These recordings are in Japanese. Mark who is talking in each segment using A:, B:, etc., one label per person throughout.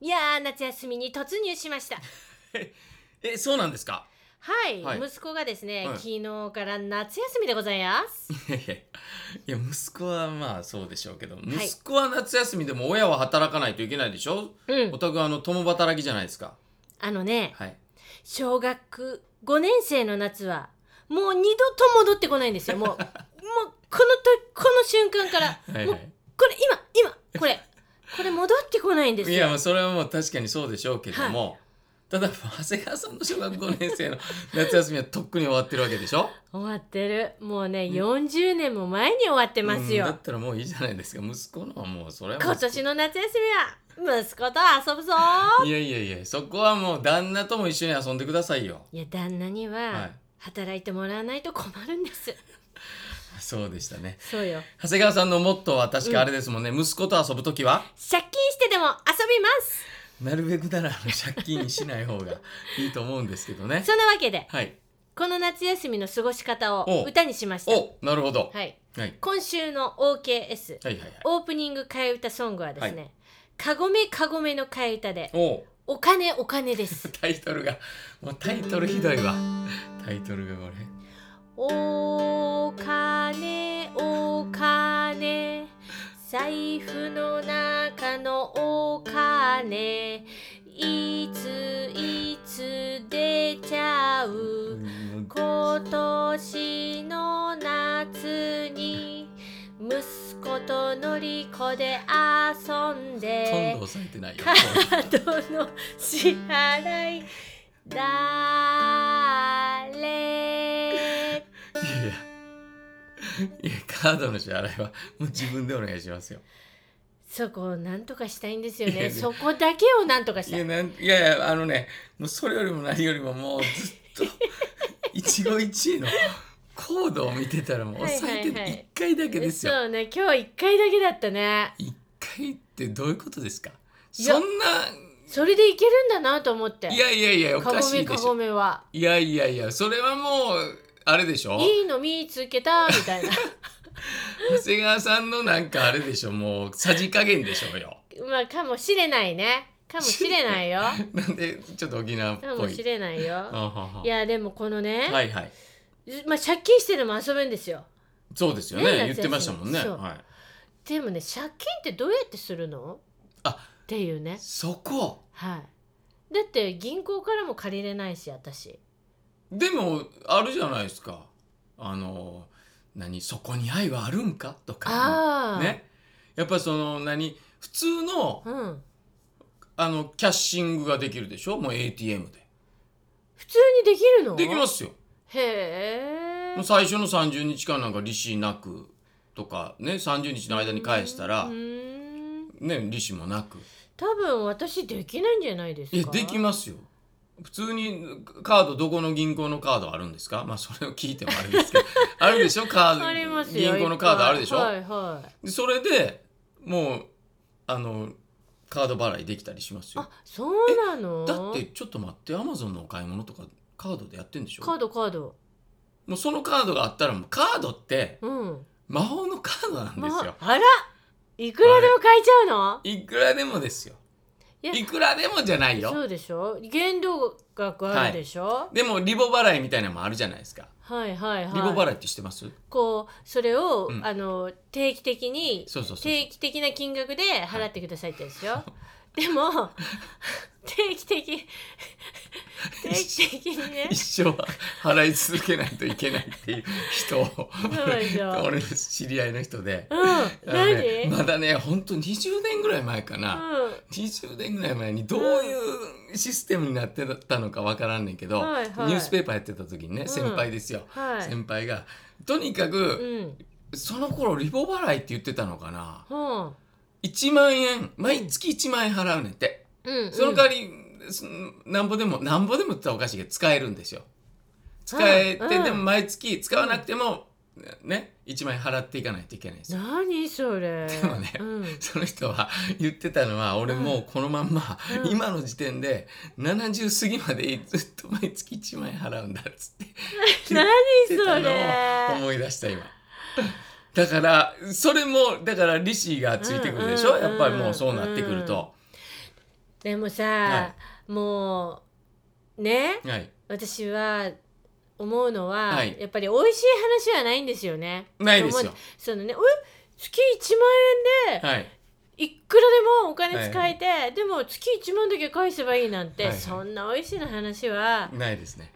A: 夏休みに突入しました。
B: え、そうなんですか
A: はい、
B: はい
A: 息子がですね、
B: はい
A: 昨日から夏休みでございます。
B: いやいやいや、息子はまあそうでしょうけど、
A: い
B: 息子は夏休みでも親は働かないといけないでしょ
A: うん
B: お、宅はあの、共働きじゃないですか。
A: あのね、
B: はい。
A: 小学5年生の夏は、もう二度と戻ってこないんですよ。もう、もうこのとこの瞬間から、
B: はい
A: も
B: は
A: う
B: い。
A: これ今、今、これ、これ戻ってこないんです
B: い
A: よ。
B: や、まあそれはもう確かにそうでしょうけども、ただ、長谷川さんの小学5年生の 夏休みはとっくに終わってるわけでしょ
A: 終わってる。もうね、40年も前に終わってます
B: うんだ
A: よ
B: っ。たらもういいじゃないですか。息子のはもうそれはもう
A: 今年の夏休みは、息子と遊ぶぞ
B: いやいやいや、そこはもう旦那とも一緒に遊んでくださいよ。
A: いや、旦那に
B: は、。
A: はい働いてもらわないと困るんです。
B: そうでしたね。
A: そうよ。
B: 長谷川さんのモットーは確かあれですもんね、息子と遊ぶときは
A: 借金してでも遊びます。
B: なるべくならあの借金しない 方がいいと思うんですけどね
A: そんなわけで、
B: はい
A: この夏休みの過ごし方
B: お
A: を
B: う
A: 歌にしました。
B: おなるほど、
A: はい。
B: はい、
A: 今週の OKS、
B: はいはいはい
A: オープニング替え歌ソングはですね、かごめかごめの替え歌で、
B: お
A: お金お金 です。
B: タイトルがもうタイトルひどいわタイトルがこ
A: お金お金財布の中のお金いついつ出ちゃ
B: れ
A: う
B: うん
A: 今年の夏に息子とのりこで遊ん
B: ほとん
A: で
B: ど押さえてないよ
A: カードの支払いだ れ
B: いやいやいやカードの支払いはもう自分でお願いしますよ
A: そこをなんとかしたいんですよ
B: い
A: ね。
B: やね
A: そこだけをなんとかし
B: い
A: た
B: や
A: い。
B: なんいやいやあのねもうそれよりも何よりももうずっと 一期一会のコードを見てたらもう
A: はいはいは
B: 抑
A: い
B: えてて一回だけですよ。
A: そうね、今日一回だけだったね。
B: 一回ってどういうことですか
A: いや
B: そんな
A: それでいけるんだなと思って。
B: いやいやいやお
A: か
B: か
A: ご
B: し
A: め
B: い
A: か
B: でし
A: ご
B: ょ
A: めは。
B: いやいやいやそれはもうあれでしょ
A: いいの見つけたみたいな。
B: 長谷川さんのなんかあれでしょもうさじ加減でしょうよ
A: まあ、かもしれないね。かもしれない よ。
B: なんでちょっと沖縄っ
A: か
B: ぽ
A: もし
B: い
A: れない
B: あ
A: よ。
B: ははい
A: や、でもこのね、
B: はいはい
A: まあ、借金してでも遊ぶんですよ。
B: そうですよ
A: ね
B: ね
A: 夏休み
B: 言ってましたもんね
A: そう
B: はい
A: でもね、借金ってどうやってするの
B: あ
A: っていうね。
B: そこ
A: はい。だって銀行からも借りれないし、私。
B: でもあるじゃないですかあの何そこに愛はあるんかとか
A: ああ。。
B: ねやっぱその何普通の
A: うん。
B: あのキャッシングができるでしょもう ATM で
A: 普通にできるの
B: できますよ
A: へえ
B: もう最初の30日間なんか利子なくとかね30日の間に返したら
A: うーん
B: ね利子もなく
A: 多分私できないんじゃないですか
B: いやできますよ普通にカードどこの銀行のカードあるんですかまあそれを聞いてもあれ ですけどあるでしょカ
A: ありま
B: ード
A: すよ
B: 銀行のカードあるでしょ、
A: はいはい
B: でそれでもうあのカード払いできたりしますよ
A: あそうなの
B: だってちょっと待ってアマゾンのお買い物とかカードでやってんでしょ
A: カードカード
B: もうそのカードがあったらもうカードって
A: うん
B: 魔法のカードなんですよ
A: ま。あらいくらでも買えちゃうの、
B: いくらでもですよ。
A: いや
B: いくらでもじゃない
A: そ
B: よ。
A: うでしょ限度額あるでしょ、
B: でもリボ払いみたいなのもあるじゃないですか。
A: はい、はいはい
B: リボ払いって知ってます？
A: こうそれを、
B: うん
A: あの定期的に
B: そうそうそう。
A: 定期的な金額で払ってくださいってやつよ。でも 定期的定期的に ね
B: 一生は払い続けないといけないっていう人を
A: そうでしょ
B: 俺の知り合いの人で
A: う。ん
B: あの
A: 何、
B: ねまだね本当20年ぐらい前かな、20年ぐらい前にどういうシステムになってたのかわからんねんけど、
A: はいはい
B: ニュースペーパーやってた時にね、
A: ん
B: 先輩ですよ、
A: うんはい
B: 先輩がとにかく、
A: うん
B: その頃リボ払いって言ってたのかな
A: ほん
B: 1万円毎月1万円払うねんって
A: うん
B: その代わり、そなんぼでもなんぼでもって言ったらおかしいけど使えるんですよ使えて、
A: うん
B: でも毎月使わなくても、ね1万円払っていかないといけないんですよ
A: 何それ
B: でもね
A: うん、
B: その人は言ってたのは俺もうこのまんま、
A: うん
B: 今の時点で70過ぎまでずっと毎月1万円払うんだっつって 言
A: 何
B: って
A: そ
B: た
A: れ
B: のを思い出した今だからそれもだから利子がついてくるでし
A: う
B: ょ、
A: んうんうん
B: やっぱりもうそうなってくると、
A: でもさ、
B: は
A: もうね
B: はい。
A: 私は思うのは、
B: はい
A: やっぱり美味しい話はないんですよね。
B: ないですよ。
A: そのね、え月1万円で
B: はい。
A: いくらでもお金使えて、でも月1万だけ返せばいいなんて、
B: はいはい
A: そんな美味しいな話は
B: ないですね。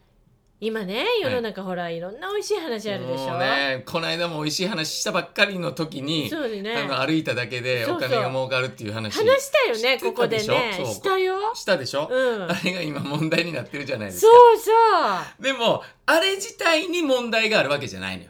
A: 今ね世の中ほらいろんな美味しい話あるでし
B: も
A: ょ。
B: うね、この間も美味しい話したばっかりの時に、
A: そうでね
B: あの歩いただけで
A: そう
B: お
A: そう
B: 金が儲かるっていう話
A: 話したよね
B: 知って
A: こ
B: た
A: こで
B: で
A: ね
B: しょそう
A: したよ。
B: したでしょ、
A: うん
B: あ、れが今問題になってるじゃないです
A: そ
B: か。
A: うそう。
B: でも、あれ自体に問題があるわけじゃないのよ。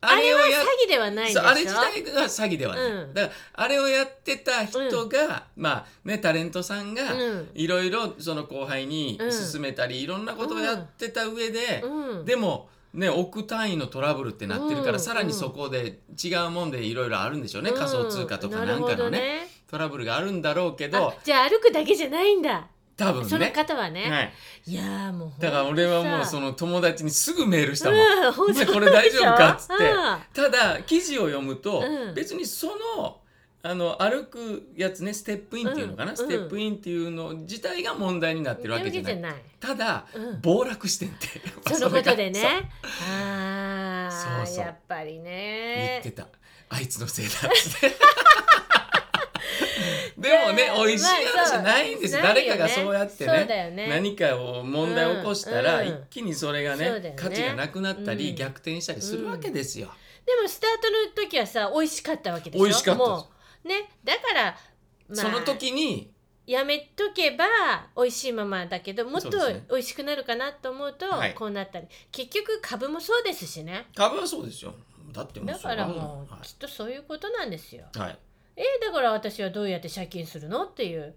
A: あれは
B: をやっ
A: 詐欺ではないでし
B: そ
A: ょ
B: うあれ自体が詐欺ではない、
A: うん
B: だからあれをやってた人が、まあねタレントさんが
A: うん
B: いろいろその後輩に
A: うん
B: 勧めたり、いろんなことをやってた上で、
A: うん、
B: でもね億単位のトラブルってなってるから、
A: うん
B: さらにそこで違うもんでいろいろあるんでしょうね、仮想通貨とかなん
A: う
B: か
A: るほ
B: の
A: ど
B: ねトラブルがあるんだろうけど
A: あじゃあ歩くだけじゃないんだ、
B: 多分
A: その
B: ね。
A: 方はね、、
B: はいい、
A: やーもうほんと
B: だから俺はもう
A: さ
B: その友達にすぐメールしたもん、
A: うんほんと
B: ね これ大丈夫かっつって
A: でしょうん
B: ただ記事を読むと、
A: うん
B: 別にそのあの歩くやつねステップインっていうのかな、
A: うん
B: ステップインっていうの自体が問題になってるわけじゃない
A: ない。
B: ただ、
A: うん
B: 暴落してんってやっ ぱ
A: そのことで
B: れが
A: ね
B: そう。
A: ああ、
B: そうそう
A: やっぱり
B: 言
A: ね
B: っ。てたあいつのせいだっ つってでもね
A: ね
B: 美味しい話じゃないんです、
A: まあそう
B: 誰かがそうやっ
A: そ
B: て
A: うだ
B: ね
A: よね
B: 何かを問題を起こしたら、
A: うんうん
B: 一気にそれが
A: そう
B: ね
A: だよね
B: 価値がなくなったり、
A: うん
B: 逆転したりするわけですよ、
A: でもスタートの時はさ、美味しかったわけでしょ。
B: 美味しかったです
A: もうね、だから、まあ
B: その時に
A: やめとけば美味しいままだけど、もっと
B: そうですね
A: 美味しくなるかなと思うと
B: はい
A: こうなったり、結局株もそうですしね。
B: 株はそうですよだってもう
A: だから
B: そんな
A: も
B: んは
A: うきっとそういうことなんですよ。
B: い、はい
A: えーだから私はどうやって借金するのっていう。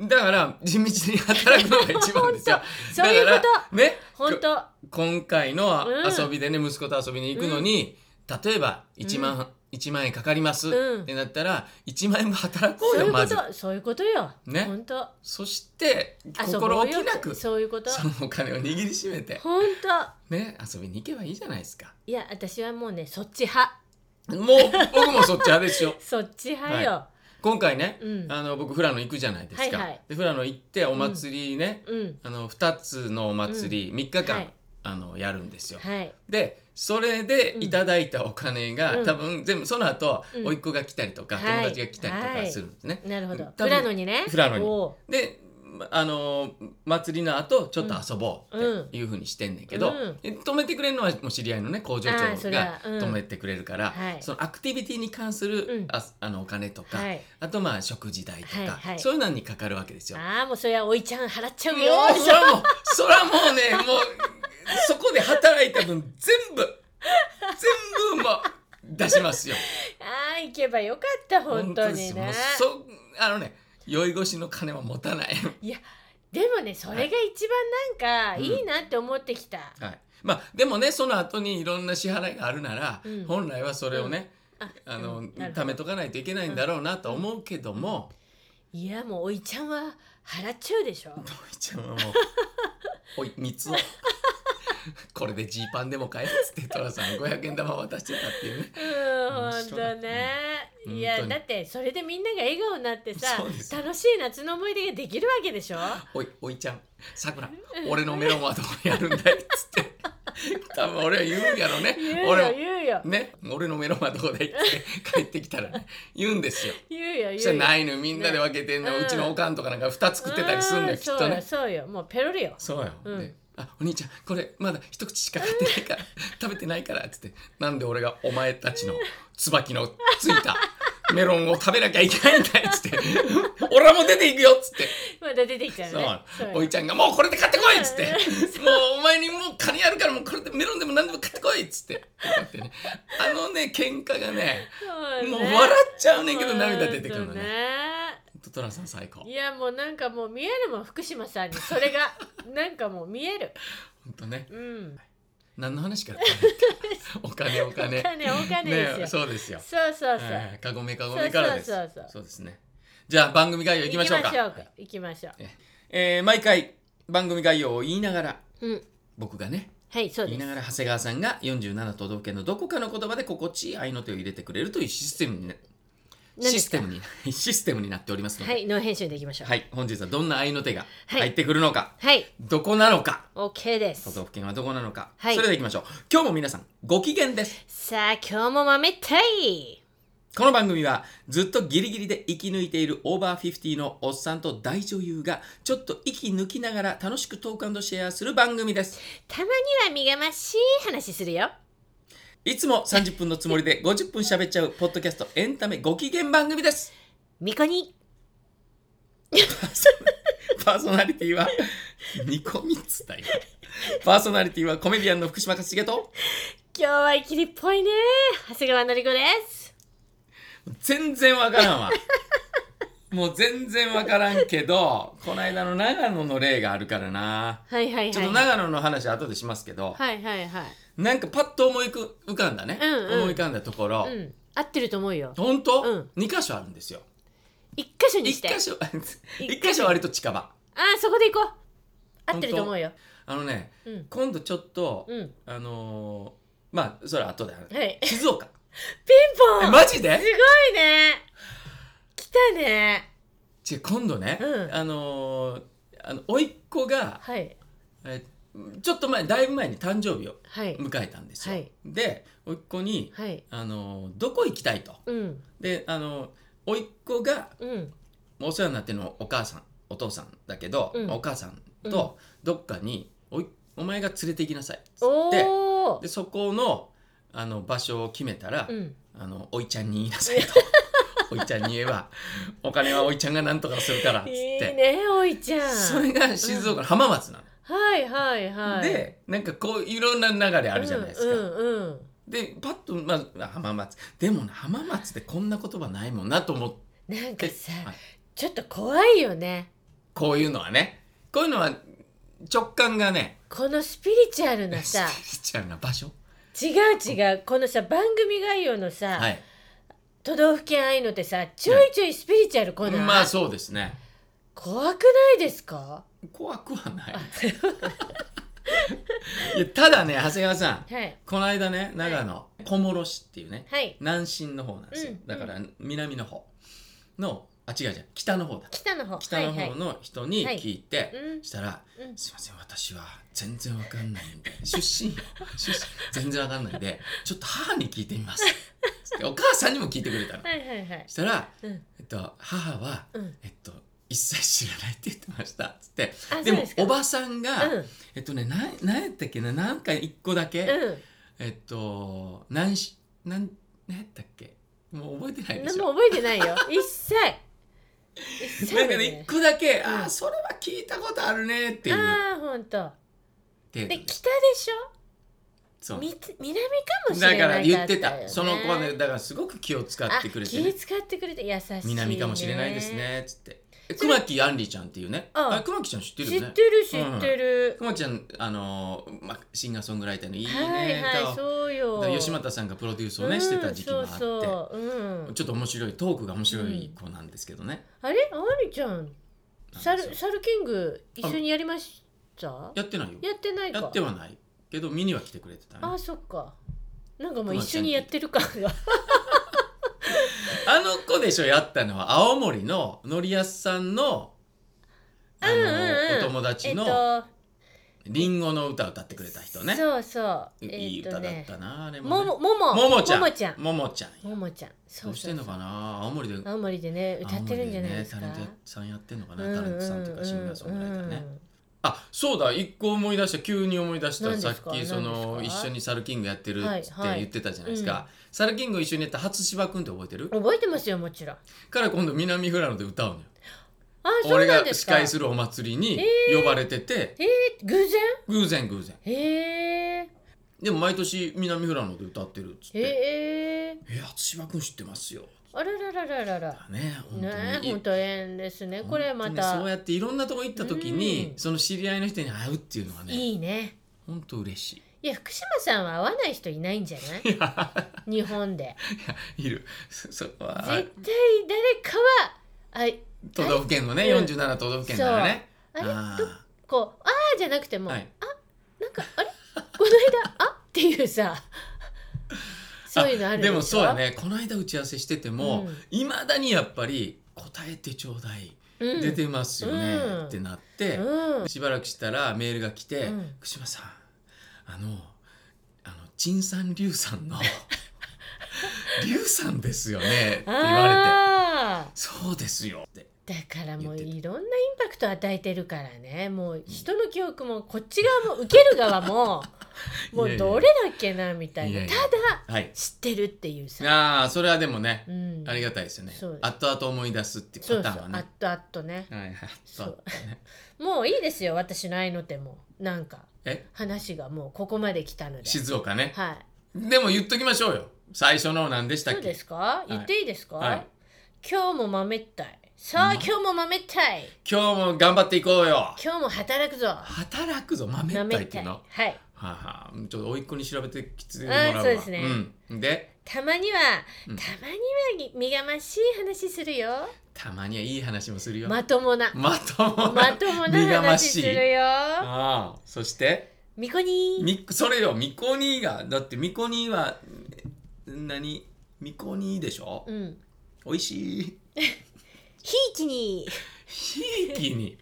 B: だから地道に働くのが一番ですよ
A: そういうこ
B: だからね
A: と。本当。
B: 今回の
A: うん
B: 遊びでね、息子と遊びに行くのに、例えば1万,、1万円かかります、
A: うん
B: ってなったら1万円も働
A: そ
B: こ
A: ううい
B: よ
A: うこ
B: まず
A: と、そういうことよ。
B: ね
A: 本当。
B: そして
A: あ
B: 心置きなくそ
A: そういうこと。
B: のお金を握りしめ て
A: 本当。
B: ね遊びに行けばいいじゃないですか
A: いや、私はもうね、そっち派。
B: もう僕もそっち派ですよ
A: そっち派よ。
B: 今回ね、
A: うん
B: あの僕富良野行くじゃないですか、
A: はいはい
B: で富良野行ってお祭りね、
A: うん。
B: あの2つのお祭り、3日間、
A: はい
B: あのやるんですよ、
A: はい。
B: でそれでいただいたお金が、
A: うん
B: 多分全部その後、
A: うん
B: 甥っ子が来たりとか、
A: はい
B: 友達が来たりとかするんですね。
A: なるほど
B: うん。多
A: 富
B: 分
A: 良野にね。
B: 富良野に
A: おう
B: でまあのー祭りの後ちょっと遊ぼうっていうふうにしてんねんけど、
A: うん
B: で止めてくれるのはもう知り合いのね工場
A: あー
B: 長
A: そりゃ
B: が
A: うん
B: 止めてくれるから、
A: はい
B: そのアクティビティに関す
A: う
B: る
A: ん、
B: ああのお金とか、
A: はい。
B: あとまあ食事代とか、
A: はいはい
B: そういうのにかかるわけですよ。
A: ああ、もうそりゃおいちゃん払っちゃう
B: も
A: よ。
B: うそれはもうそれはもうねもうそこで働いた分全部全部もう出しますよ
A: ああ、行けばよかった、本当
B: で
A: に
B: すもう
A: ね。
B: そあのね酔い越しの金は持たない、
A: でもね、それが一番なんか
B: うん
A: いいなって思ってきた。
B: はい、まあでもねその後にいろんな支払いがあるなら、
A: うん
B: 本来はそれをね、
A: あ
B: あの、
A: うんなるほど
B: 貯めとかないといけないんだろうなと思うけども、
A: いや、もうおいちゃんは払っちゃうでしょ。
B: おいちゃんはもう「おい三つをこれでジーパンでも買え」っつって寅さん500円玉渡してたっていうね。
A: うん、
B: 面
A: 本
B: 白か
A: 当
B: った
A: ね。
B: うん
A: いや、
B: 本当
A: だ
B: に
A: って、それでみんなが笑顔になってさ
B: そうで、す
A: 楽しい夏の思い出ができるわけでしょ。
B: おい、おいちゃん、さくら、俺のメロンはどこにあるんだいっつって。多分俺は言うんやろね
A: 言。うよ、
B: 俺も。
A: 言うよ、
B: ね、俺のメロンはどこだいって帰ってきたらね、言うんですよ。
A: 言うよ、
B: そした
A: 言う
B: ら
A: よ。
B: ないのよみんなで分けてんの、
A: ね
B: うちのおかんとかなんか2つ食ってたりするん
A: う
B: だよきっ
A: そ
B: とね
A: うよ、そうよ、もうペロリよ。
B: そうよ、
A: うん
B: であお兄ちゃんこれまだ一口しか買ってな いから食べてないからっつってなんで俺がお前たちの椿のついたメロンを食べなきゃいけないんだよっつって俺はもう出ていくよっつって
A: まだ出てきた
B: そ
A: らね
B: う。
A: そう
B: おい
A: よ
B: ちゃんが「もうこれで買ってこい!」っつって「もうお前にもう金あるからもうこれでメロンでも何でも買ってこい!」っつってこうやってねあのね喧嘩がね
A: そうね
B: もう笑っちゃうねんけど涙出てくるの
A: 本当
B: ねほんとトラさん最高
A: いや、もうなんかもう見えるもん、福島 さんに、それが、なんかもう見える。
B: ほんとね
A: うん。
B: 何の話からお金お金
A: お金、お金
B: ね
A: ですよ。
B: そうですよ
A: そうそうそう。
B: はいカゴメカゴメからです
A: そうそうそう
B: そうですねじゃあ番組概要いきましょう
A: 行
B: か
A: きましょう。行きましょう。
B: えー毎回番組概要を言いながら
A: うん。
B: 僕がね
A: はい、そう
B: 言い
A: で
B: な
A: す。
B: がら長谷川さんが47都道府県のどこかの言葉で心地いい愛の手を入れてくれるというシステムにね
A: 何で
B: シス
A: すか
B: テムに はいシステムになっておりますので、
A: は
B: はい
A: いノー編集でいきましょう
B: 本日はどんな愛の手が
A: はい
B: 入ってくるのか、
A: はい
B: どこなのか
A: OK です
B: 都道府県はどこなのか、
A: はい
B: それではいきましょう今日も皆さんご機嫌です
A: さあ今日も豆たい
B: この番組はずっとギリギリで生き抜いているオーバーフィフティのおっさんと大女優がちょっと息抜きながら楽しくトークシェアする番組です
A: たまには身がましい話するよ
B: いつも30分のつもりで50分喋っちゃうポッドキャストエンタメご機嫌番組です
A: みこに
B: パーソナリティはニコミツだよパーソナリティはコメディアンの福島勝重と
A: 今日はイキリっぽいね長谷川のりこです
B: 全然わからんわもう全然わからんけどこの間の長野の例があるからな
A: はいはいはい
B: ちょっと長野の話後でしますけど、
A: はいはいはい
B: なんかパッと思いく浮かんだね、
A: うんうん
B: 思い浮かんだところ、
A: うん合ってると思うよ
B: ほんと、
A: うん
B: 2箇所あるんですよ
A: 一箇所にして
B: 1箇所一箇所割と近場
A: ああそこで行こう合ってると思うよ
B: あのね
A: うん
B: 今度ちょっと、
A: うん
B: あのーまあそれは後で話す、
A: はい
B: 静岡
A: ピンポ
B: え
A: ン
B: マジ
A: す
B: で
A: ごいね来たね
B: 違う今度ね、
A: うん
B: あのーあの甥っ子が、
A: はい
B: えちょっと前だいぶ前に誕生日を
A: はい
B: 迎えたんですよ、
A: はい
B: で甥っ子に、
A: はい
B: あのーどこ行きたいと
A: うん
B: であのー甥っ子が
A: うん
B: お世話になってるのはお母さんお父さんだけど、
A: うん
B: お母さんとどっかにおい「お前が連れて行きなさい」っつって
A: おお
B: でそこのあの場所を決めたら、
A: うん
B: あのおいちゃんに言いな さいとおいちゃんに言えばお金はおいちゃんが何とかするからっつっ
A: い
B: て
A: いねおいちゃん
B: それが静岡の浜松なの。
A: はいはいはい
B: でなんかこういろんな流れあるじゃないですか。
A: うんうんうん
B: でパッと、まあ、浜松でもな浜松ってこんな言葉ないもんなと思っ
A: なんか
B: て、
A: さ、
B: はい
A: ちょっと怖いよね
B: こういうのはねこういうのは直感がね
A: このスピリチュアルなさ
B: スピリチュアルな場所
A: 違う違うこのさ番組概要のさ、
B: はい
A: 都道府県愛のってさちょいちょいスピリチュアル来ない、
B: まあそうですね
A: 怖くないですか
B: 怖くはない いやただね長谷川さん
A: はい
B: この間ね長野小諸市っていうね
A: はい
B: 南進の方なんですよ、
A: うん
B: だから南の方のあ違う違う北の方だ
A: 北の方
B: 北の
A: は
B: 方
A: いはい
B: の人に聞いて、
A: うん
B: したら
A: うん
B: すいません私は全然わかんないんで 出身よ出身全然わかんないんでちょっと母に聞いてみ ますつってお母さんにも聞いてくれたの
A: はいはいはい
B: したら、
A: うん
B: えっと、母は、
A: うん
B: えっと一切知らないって言ってましたつって
A: あ
B: で
A: そう
B: も
A: ですか
B: おばさんが、
A: うん
B: えっとねななんやったっけななんか一個だけ、
A: うん
B: えっとなんしなんなんやったっけもう覚えてないで
A: 何
B: しょ
A: も覚えて ないよ一切一切
B: なんか
A: 覚え
B: ね
A: て
B: 一個だけ、
A: ん
B: ああそれは聞いたことあるねっていう
A: ないああほんと
B: 程度
A: で
B: で
A: 北でし
B: そ
A: ょ
B: う
A: み南かもしれな
B: だ
A: い
B: から言って
A: だよ
B: た
A: ね
B: その子はねだからすごく気を使ってくれて、
A: あ
B: ね
A: 気、使ってくれて優しい、ね、
B: 南かもしれないですねっつってえ熊木あんりちゃんっていうね、
A: うん
B: あ熊木ちゃん知ってる
A: 知
B: よ
A: っ
B: ね
A: てる知ってる、
B: 熊木ちゃんあのーまあ、シンガーソングライターのいいね
A: はい
B: 歌
A: は
B: を
A: いそうよ
B: だから吉又さんがプロデュースをね、してた時期もあって
A: うん、そうそう、うん、
B: ちょっと面白いトークが面白い子なんですけどね、
A: あれあにちゃんサ
B: なん
A: ル
B: ですよ
A: サルキング一緒にやりました
B: やってないよ
A: やってないか
B: やってはないけど見には来てくれてたね
A: あそっかなんかもう一緒にやってる感が
B: あの子でしょやったのは青森ののりやすさんのあの、
A: うんうんうん
B: お 友達
A: えっ
B: の
A: と
B: りんごの歌を歌ってくれた人ね、
A: そうそう
B: いい歌だったな、あれ
A: えっとねも
B: もね
A: ももも
B: ももちゃん
A: ももちゃん
B: ももちゃん
A: ももちゃん
B: ど
A: そう
B: うして
A: そ
B: ん
A: う
B: の
A: そう
B: かな青森で
A: 青森でね歌ってるんじゃないですか、
B: 青森でね、タレントさんやってんのか
A: う
B: な、
A: んうんうん
B: タレントさんとかシンガーソングライターね、
A: うん
B: あそうだ一個思い出した急に思い出した
A: 何
B: さ
A: で
B: っ
A: すか
B: きその
A: 何で
B: 一
A: すか
B: 緒にサルキングやってる
A: は
B: っ
A: い
B: て
A: はい
B: 言ってたじゃないですか、
A: うん
B: サルキング一緒にやった初芝君って覚えてる
A: 覚えてますよもちろん
B: から今度南富良野で歌うのよ
A: あそう
B: 俺
A: な
B: が
A: んです
B: 司
A: か
B: 会するお祭りに呼ばれてて、
A: えー、偶然
B: 偶然偶然
A: へえ
B: でも毎年南富良野で歌ってるっつっ
A: へ
B: て
A: え
B: 「え初芝君知ってますよ
A: あらららららら」
B: ね本当に
A: ねえ
B: い
A: 本当縁ですねこれま
B: 本当にそう
A: た
B: やっていろんなとこ行った時に、
A: うん
B: その知り合いの人に会うっていうのはね
A: いいね
B: 本当嬉しい
A: いや福島さんは会わない人いないんじゃない
B: いや
A: 日本で
B: いる そそこは
A: 絶対誰かはあ
B: 都道府県のね、
A: うん
B: 47都道府県だからね。
A: そう
B: あ
A: こう「あー」じゃなくて
B: ー
A: も、
B: はい、
A: なんか「あれこの間あっていうさそういうのある
B: でもそうや
A: だ、
B: ねこの間打ち合わせしてても
A: うん
B: いま、未だにやっぱり「答えてちょうだい」
A: うん、
B: 出てますよね、
A: うん
B: ってなって、
A: うん
B: しばらくしたらメールが来て
A: うん
B: 「串、間、さんあのあの陳さん龍 さんの龍さんですよね」って言われて
A: あ
B: 「そうですよ」って
A: ーだからもう
B: 言ってた
A: いろんなインパクト与えてるからねもう人の記憶もこっち側も受ける側 もも
B: いや
A: う
B: いや
A: どれだっけなみたいない
B: やいや
A: ただ
B: はい
A: 知ってるっていうさ、
B: ああそれはでもね、
A: うん、
B: ありがたいですよね
A: そう
B: 後々思い出すって
A: そ
B: パ
A: うそ
B: タ
A: う
B: ーンは
A: あっ
B: ね
A: とあっとね
B: はいはい
A: そ
B: そうう
A: もういいですよ私の愛の手もなんか
B: え
A: 話がもうここまで来たので
B: 静岡ね
A: はい
B: でも言っときましょうよ最初の何でしたっ
A: そ
B: け
A: うですか
B: い
A: 言っていいですか、
B: はい
A: 今日も豆ったいさあ今日も豆ったい
B: 今日も頑張っていこうよ
A: 今日も働くぞ
B: 働くぞ豆
A: 豆
B: ったい
A: っ
B: って
A: た
B: いう
A: い
B: の
A: は
B: はいはちょっと甥いっ子に調べてきつい
A: あーそうですね
B: うん、で
A: たまには、
B: うん
A: たまには身がましい話するよ
B: たまにはいい話もするよま
A: まともな
B: ともな
A: まとも
B: 身
A: な
B: がま
A: 話す
B: しい
A: るよ
B: ああそして
A: みこに
B: みそれよミコニーがだってミコニーはん何ミコニーでしょ、
A: うん
B: 美味しい
A: ひいきに
B: ひいきに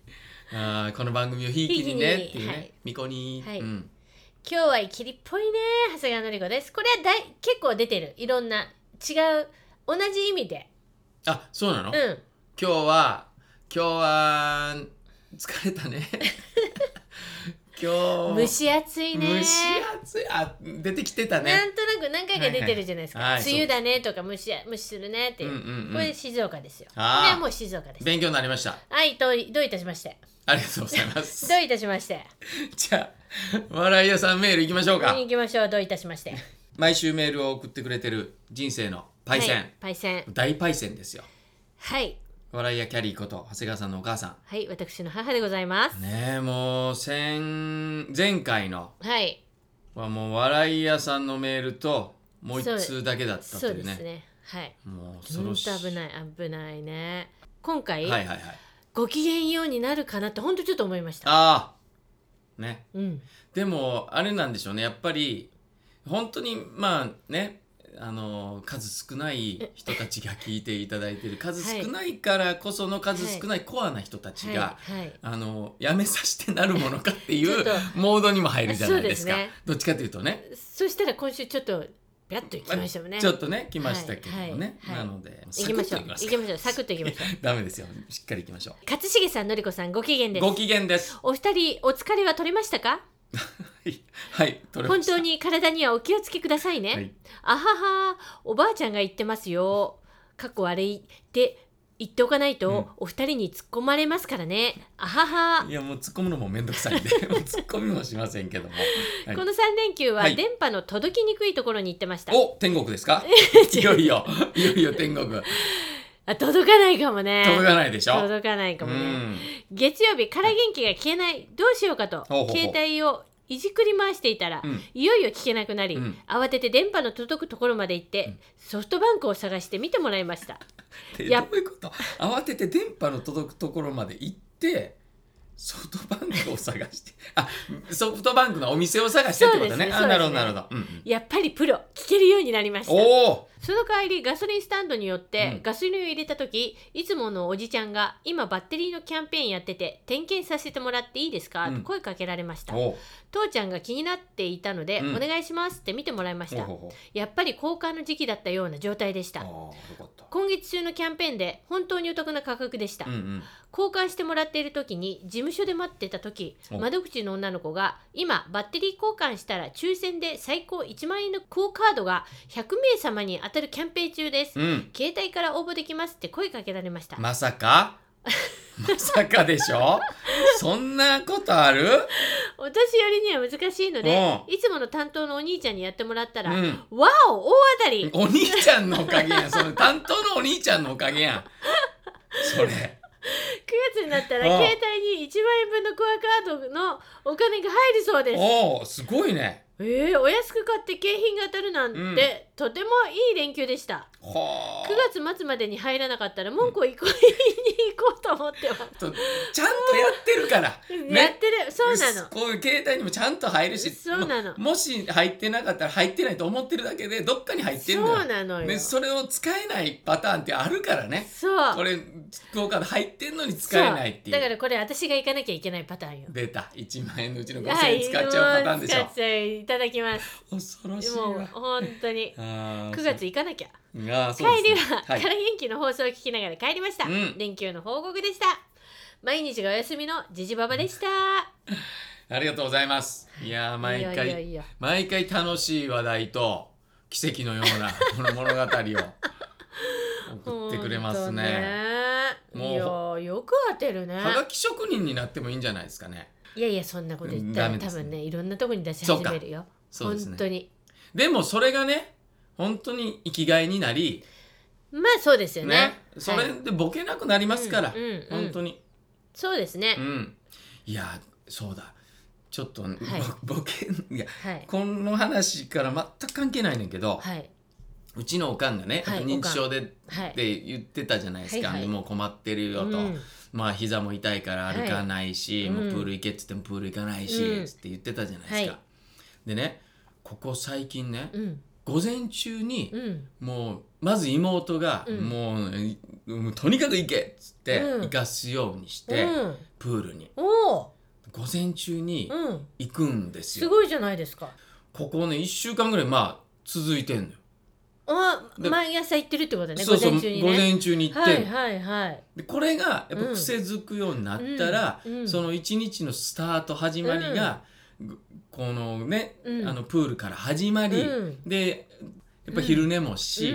B: あーこの番組をひいきにねっていう
A: ひいきにはい
B: ねミコニー、
A: はい
B: うん
A: 今日はイキリっぽいね長谷川のり子ですこれはだい結構出てるいろんな違う同じ意味で
B: あそうなの、
A: う
B: 今
A: ん
B: 日は今日は疲れた ね今日
A: 蒸し暑いね
B: 蒸し暑いあ出てきてた
A: な
B: ね
A: んとなく何回か出てるじゃないですか、
B: はいはいはい
A: 梅雨だねとか蒸し蒸しするねっていう、
B: うんうんうん
A: これ静岡ですよこれ
B: あー
A: はもう静岡です
B: 勉強になりました
A: はいどういどういたしまして
B: ありがとうございます
A: どういたしまして
B: じゃあ笑い屋さんメールいきましょうか
A: 行きましょうどういたしまして
B: 毎週メールを送ってくれてる人生のパイセン、
A: はい、パイセン
B: 大パイセンですよ
A: はい
B: 笑い屋キャリーこと長谷川さんのお母さ
A: はい私の母でございます
B: んねえもう先前回の
A: はい
B: はもう笑い屋さんのメールともう一通だけだったと
A: そう
B: いう
A: です
B: ね
A: ねはい
B: もう恐
A: 本
B: ろしい
A: 当危ない危ないね今回、
B: はいはいはい
A: ご機嫌ようになるかなって本当ちょっと思いました
B: ああね
A: うん
B: でもあれなんでしょうねやっぱり本当にまあねあの数少ない人たちが聞いていただいてる数少ないからこその数少ないコアな人たちが、
A: はいはい
B: あのやめさせてなるものかってい
A: ちょっ
B: う
A: と
B: モードにも入るじゃないですか
A: そうですね
B: どっちかというとね
A: そしたら今週ちょっとビャッといきましたもんね
B: ちょっとね来ましたけどもね、
A: はいはい
B: なので
A: 行きましょう
B: サクッと
A: 行きましょうサクッといきましょ う
B: ダメですよしっかり行きましょ
A: 勝重さんのりこさんご機嫌
B: う
A: です
B: ご機嫌です
A: お二人お疲れは取れましたか
B: はいはい取れま
A: 本
B: した
A: 当に体にはお気をつけくださいね、
B: はい
A: あははおばあちゃんが言ってますよかっこ悪いって言っておかないと、
B: うん
A: お二人に突っ込まれますからねあはは、
B: いやもう突っ込むのもめんどくさい んでもう突っ込みもしませんけども、はい
A: この3連休は
B: はい
A: 電波の届きにくいところに行ってました、
B: お天国で すかいよいよいよいよ天国
A: あ届かないかもね
B: 届かないでしょ
A: 届かないか
B: う
A: もね、
B: ん
A: 月曜日から元気が消えないどうしようかと
B: ほうほうほう
A: 携帯をいじくり回していたら、
B: うん
A: いよいよ聞けなくなり、
B: うん
A: 慌てて電波の届くところまで行って、ソフトバンクを探して見てもらいました
B: で
A: やっ
B: どういうこと慌てて電波の届くところまで行ってソフトバンクを探してあソフトバンクのお店を探してってこと
A: そうで
B: ね
A: すね
B: あなるほ
A: そう
B: ど
A: ですね
B: なるほど、うんうん
A: やっぱりプロ聞けるようになりました
B: おお
A: その代わりガソリンスタンドによって、
B: うん
A: ガソリンを入れた時いつものおじちゃんが今バッテリーのキャンペーンやってて点検させてもらっていいですか、
B: うん
A: と声かけられました
B: おう
A: 父ちゃんが気になっていたので、
B: うん
A: お願いしますって見てもらいまし
B: ほう
A: た
B: ほうほう
A: やっぱり交換の時期だったような状態でし
B: あ
A: た
B: あよかっ
A: 今月中のキャンペーンで本当にお得な価格でした、
B: たうんうん
A: 交換してもらっている時に事務所で待ってた時
B: お
A: 窓口の女の子が今バッテリー交換したら抽選で最高1万円の quo カードが100名様に当たるキャンペーン中です、
B: うん
A: 携帯から応募できますって声かけられました、
B: ま さかまさかでしょそんなことある
A: お年寄りには難しいのでいつもの担当のお兄ちゃんにやってもらったら、
B: うん
A: わお大当たり
B: お兄ちゃんのおかげやんその担当のお兄ちゃんのおかげやんそれ
A: 9月になったら
B: うん
A: 携帯に1万円分のクアカードのお金が入るそうです
B: おおすごいね
A: えー、お安く買って景品が当たるなんて、
B: うん
A: とてもいい連休でした
B: はあ
A: 9月末までに入らなかったら 文句を言いに行こうと思ってます、
B: ちょちゃんとやってるから、
A: やってるそうなの
B: こういう携帯にもちゃんと入るし
A: そうなの
B: ももし入ってなかったら入ってないと思ってるだけでどっかに入ってんのよ
A: そうなのよ
B: ね、それを使えないパターンってあるからね
A: そう
B: これクオカード入ってんのに使えないっ
A: そ
B: ていう
A: うだからこれ私が行かなきゃいけないパターンよ
B: 出た1万円のうちの
A: は
B: 5000
A: い
B: 円使っちゃうパターンでし
A: も
B: ょ
A: う使っちゃういただきます
B: 恐ろしい
A: もう
B: わ
A: 本当に
B: あー
A: 9月行かなきゃ
B: あー
A: 帰
B: そう
A: り
B: ですね
A: は、
B: はい
A: から元気の放送を聞きながら帰りました、
B: うん
A: 連休の報告でした毎日がお休みのジジババでした
B: ありがとうございますいやー毎回
A: いやいやいや
B: 毎回楽しい話題と奇跡のようなこの物語を送ってくれま
A: ほんと
B: すね
A: ね
B: もう
A: いやーよく当てるね
B: はがき職人になってもいいんじゃないですかね
A: いやいやそんなこと言った
B: うんダ
A: ら
B: メで
A: 多
B: すね
A: 分ねいろんなとこに出し始めるよ、
B: そうです
A: 本
B: ね
A: 当に
B: でもそれがね本当に生きがいになり
A: まあそうですよ
B: ね
A: ね
B: それでボケなくなりますから、
A: うんうんうん
B: 本当に
A: そうですね、
B: うんいやそうだちょっと、ボボケいや
A: はい
B: この話から全く関係ないねんけど、
A: はいう
B: ちのおかんがね、
A: はい
B: 認知症でっ
A: はい
B: て言ってたじゃないですか、
A: はいはい
B: もう困ってるよと、
A: うん
B: まあ膝も痛いから歩かないし、
A: はい
B: もううんプール行けっつってもプール行かないし、
A: うん
B: つって言ってたじゃないですか。
A: はい
B: でねここ最近ね、
A: うん
B: 午前中に
A: うん
B: もうまず妹が、
A: うん
B: もういもうとにかく行けっつって
A: うん
B: 行かすようにして、
A: うん
B: プールに
A: おお
B: 午前中に
A: うん
B: 行くんです
A: す
B: よ。
A: ごいじゃないですか
B: ここね1週間ぐらいまあ続いてんのよ。
A: あ
B: で
A: 毎朝行ってるってことね
B: そうそ
A: 午
B: う
A: 前中に
B: 午
A: ね
B: 前中に行って
A: はい
B: んの、
A: はいはい
B: でこれがやっぱ
A: うん
B: 癖づくようになったら、
A: うんうん
B: その一日のスタート始まりが、ぐこのね、
A: うん
B: あのプールから始まり、
A: うん
B: でやっぱ昼寝もし、